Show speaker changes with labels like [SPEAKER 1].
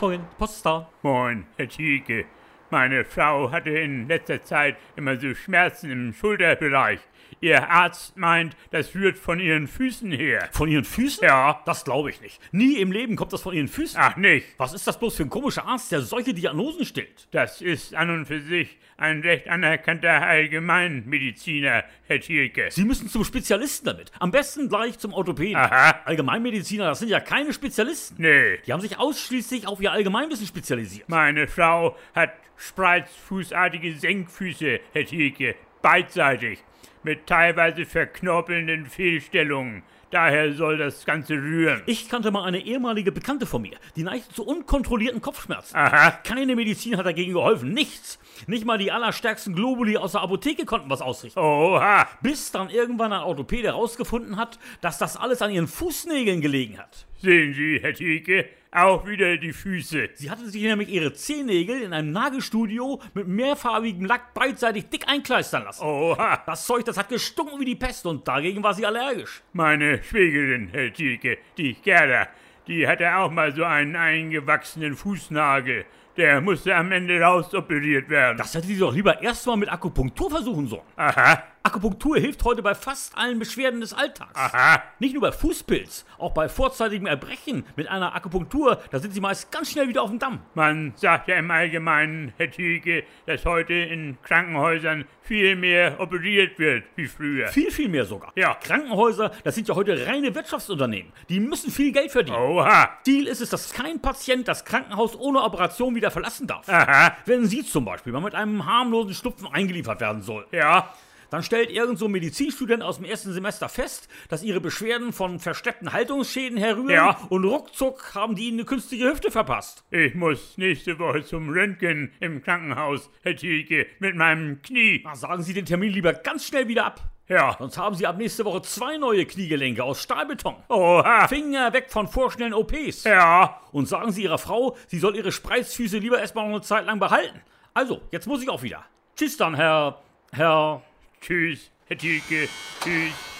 [SPEAKER 1] Moin, Poststar.
[SPEAKER 2] Moin, Herr Schieke. Meine Frau hatte in letzter Zeit immer so Schmerzen im Schulterbereich. Ihr Arzt meint, das rührt von ihren Füßen her.
[SPEAKER 1] Von Ihren Füßen?
[SPEAKER 2] Ja.
[SPEAKER 1] Das glaube ich nicht. Nie im Leben kommt das von Ihren Füßen.
[SPEAKER 2] Ach nicht,
[SPEAKER 1] Was ist das bloß für ein komischer Arzt, der solche Diagnosen stellt?
[SPEAKER 2] das ist an und für sich ein recht anerkannter Allgemeinmediziner, Herr Schieke.
[SPEAKER 1] Sie müssen zum Spezialisten damit. Am besten gleich zum Orthopäden.
[SPEAKER 2] Aha,
[SPEAKER 1] Allgemeinmediziner, das sind ja keine Spezialisten.
[SPEAKER 2] nee.
[SPEAKER 1] Die haben sich ausschließlich auf ihr Allgemeinwissen spezialisiert.
[SPEAKER 2] Meine Frau hat spreizfußartige Senkfüße, Herr Thielke, beidseitig, mit teilweise verknorpelnden Fehlstellungen. Daher soll das Ganze rühren.
[SPEAKER 1] Ich kannte mal eine ehemalige Bekannte von mir, die neigte zu unkontrollierten Kopfschmerzen.
[SPEAKER 2] Aha,
[SPEAKER 1] Keine Medizin hat dagegen geholfen, nichts. Nicht mal die allerstärksten Globuli aus der Apotheke konnten was ausrichten.
[SPEAKER 2] oha,
[SPEAKER 1] Bis dann irgendwann ein Orthopäde herausgefunden hat, dass das alles an ihren Fußnägeln gelegen hat.
[SPEAKER 2] sehen Sie, Herr Thielke, auch wieder die Füße.
[SPEAKER 1] Sie hatte sich nämlich ihre Zehennägel in einem Nagelstudio mit mehrfarbigem Lack beidseitig dick einkleistern lassen. Oh,
[SPEAKER 2] Oha,
[SPEAKER 1] Das Zeug, das hat gestunken wie die Pest und dagegen war sie allergisch.
[SPEAKER 2] meine Schwägerin, Herr Thielke, die Gerda, die hatte auch mal so einen eingewachsenen Fußnagel. Der musste am Ende rausoperiert werden.
[SPEAKER 1] Das hätte sie doch lieber erstmal mit Akupunktur versuchen sollen.
[SPEAKER 2] Aha,
[SPEAKER 1] Akupunktur hilft heute bei fast allen Beschwerden des Alltags.
[SPEAKER 2] aha,
[SPEAKER 1] Nicht nur bei Fußpilz, auch bei vorzeitigem Erbrechen mit einer Akupunktur, da sind sie meist ganz schnell wieder auf dem Damm.
[SPEAKER 2] Man sagt ja im Allgemeinen, Herr Thielke, dass heute in Krankenhäusern viel mehr operiert wird wie früher.
[SPEAKER 1] Viel, viel mehr sogar.
[SPEAKER 2] Ja.
[SPEAKER 1] Krankenhäuser, das sind ja heute reine Wirtschaftsunternehmen. Die müssen viel Geld verdienen.
[SPEAKER 2] Oha,
[SPEAKER 1] Ziel ist es, dass kein Patient das Krankenhaus ohne Operation wieder verlassen darf.
[SPEAKER 2] aha,
[SPEAKER 1] Wenn Sie zum Beispiel mal mit einem harmlosen Schnupfen eingeliefert werden soll,
[SPEAKER 2] ja,
[SPEAKER 1] dann stellt irgend so ein Medizinstudent aus dem ersten Semester fest, dass Ihre Beschwerden von versteckten Haltungsschäden herrühren
[SPEAKER 2] Ja.
[SPEAKER 1] und ruckzuck haben die Ihnen eine künstliche Hüfte verpasst.
[SPEAKER 2] ich muss nächste Woche zum Röntgen im Krankenhaus, Herr Thielke, mit meinem Knie.
[SPEAKER 1] Na, sagen Sie den Termin lieber ganz schnell wieder ab.
[SPEAKER 2] Ja,
[SPEAKER 1] Sonst haben Sie ab nächste Woche zwei neue Kniegelenke aus Stahlbeton.
[SPEAKER 2] oha,
[SPEAKER 1] Finger weg von vorschnellen OPs.
[SPEAKER 2] ja,
[SPEAKER 1] Und sagen Sie Ihrer Frau, sie soll ihre Spreizfüße lieber erstmal noch eine Zeit lang behalten. Also, jetzt muss ich auch wieder. Tschüss dann, Herr. Herr.
[SPEAKER 2] tschüss, Herr Thielke, tschüss.